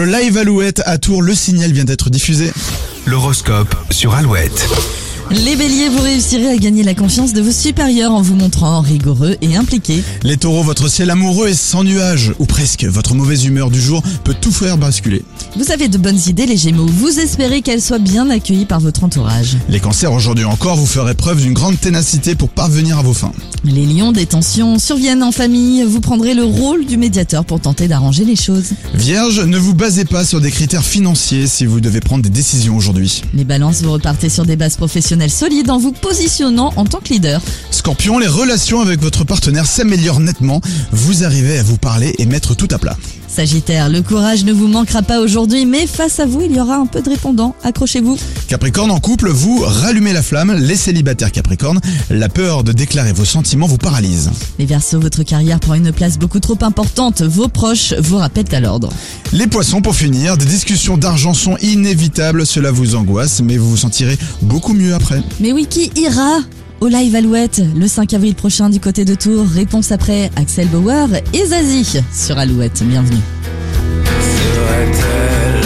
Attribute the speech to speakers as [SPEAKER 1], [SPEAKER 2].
[SPEAKER 1] Le live Alouette à Tours, le signal vient d'être diffusé.
[SPEAKER 2] L'horoscope sur Alouette.
[SPEAKER 3] Les béliers, vous réussirez à gagner la confiance de vos supérieurs en vous montrant rigoureux et impliqué.
[SPEAKER 1] Les taureaux, votre ciel amoureux est sans nuages, ou presque. Votre mauvaise humeur du jour peut tout faire basculer.
[SPEAKER 3] Vous avez de bonnes idées, les gémeaux. Vous espérez qu'elles soient bien accueillies par votre entourage.
[SPEAKER 1] Les cancers, aujourd'hui encore, vous ferez preuve d'une grande ténacité pour parvenir à vos fins.
[SPEAKER 3] Les lions, des tensions surviennent en famille. Vous prendrez le rôle du médiateur pour tenter d'arranger les choses.
[SPEAKER 1] Vierge, ne vous basez pas sur des critères financiers si vous devez prendre des décisions aujourd'hui.
[SPEAKER 3] Les balances, vous repartez sur des bases professionnelles solides en vous positionnant en tant que leader.
[SPEAKER 1] Scorpion, les relations avec votre partenaire s'améliorent nettement. Vous arrivez à vous parler et mettre tout à plat.
[SPEAKER 3] Sagittaire, le courage ne vous manquera pas aujourd'hui, mais face à vous, il y aura un peu de répondant. Accrochez-vous.
[SPEAKER 1] Capricorne, en couple, vous rallumez la flamme. Les célibataires Capricorne, la peur de déclarer vos sentiments vous paralyse.
[SPEAKER 3] Les versos, votre carrière prend une place beaucoup trop importante. Vos proches vous rappellent à l'ordre.
[SPEAKER 1] Les poissons, pour finir, des discussions d'argent sont inévitables. Cela vous angoisse, mais vous vous sentirez beaucoup mieux après.
[SPEAKER 3] Mais oui, qui ira au live Alouette le 5 avril prochain du côté de Tours Réponse après Axel Bauer et Zazie sur Alouette. Bienvenue.
[SPEAKER 4] sur la terre.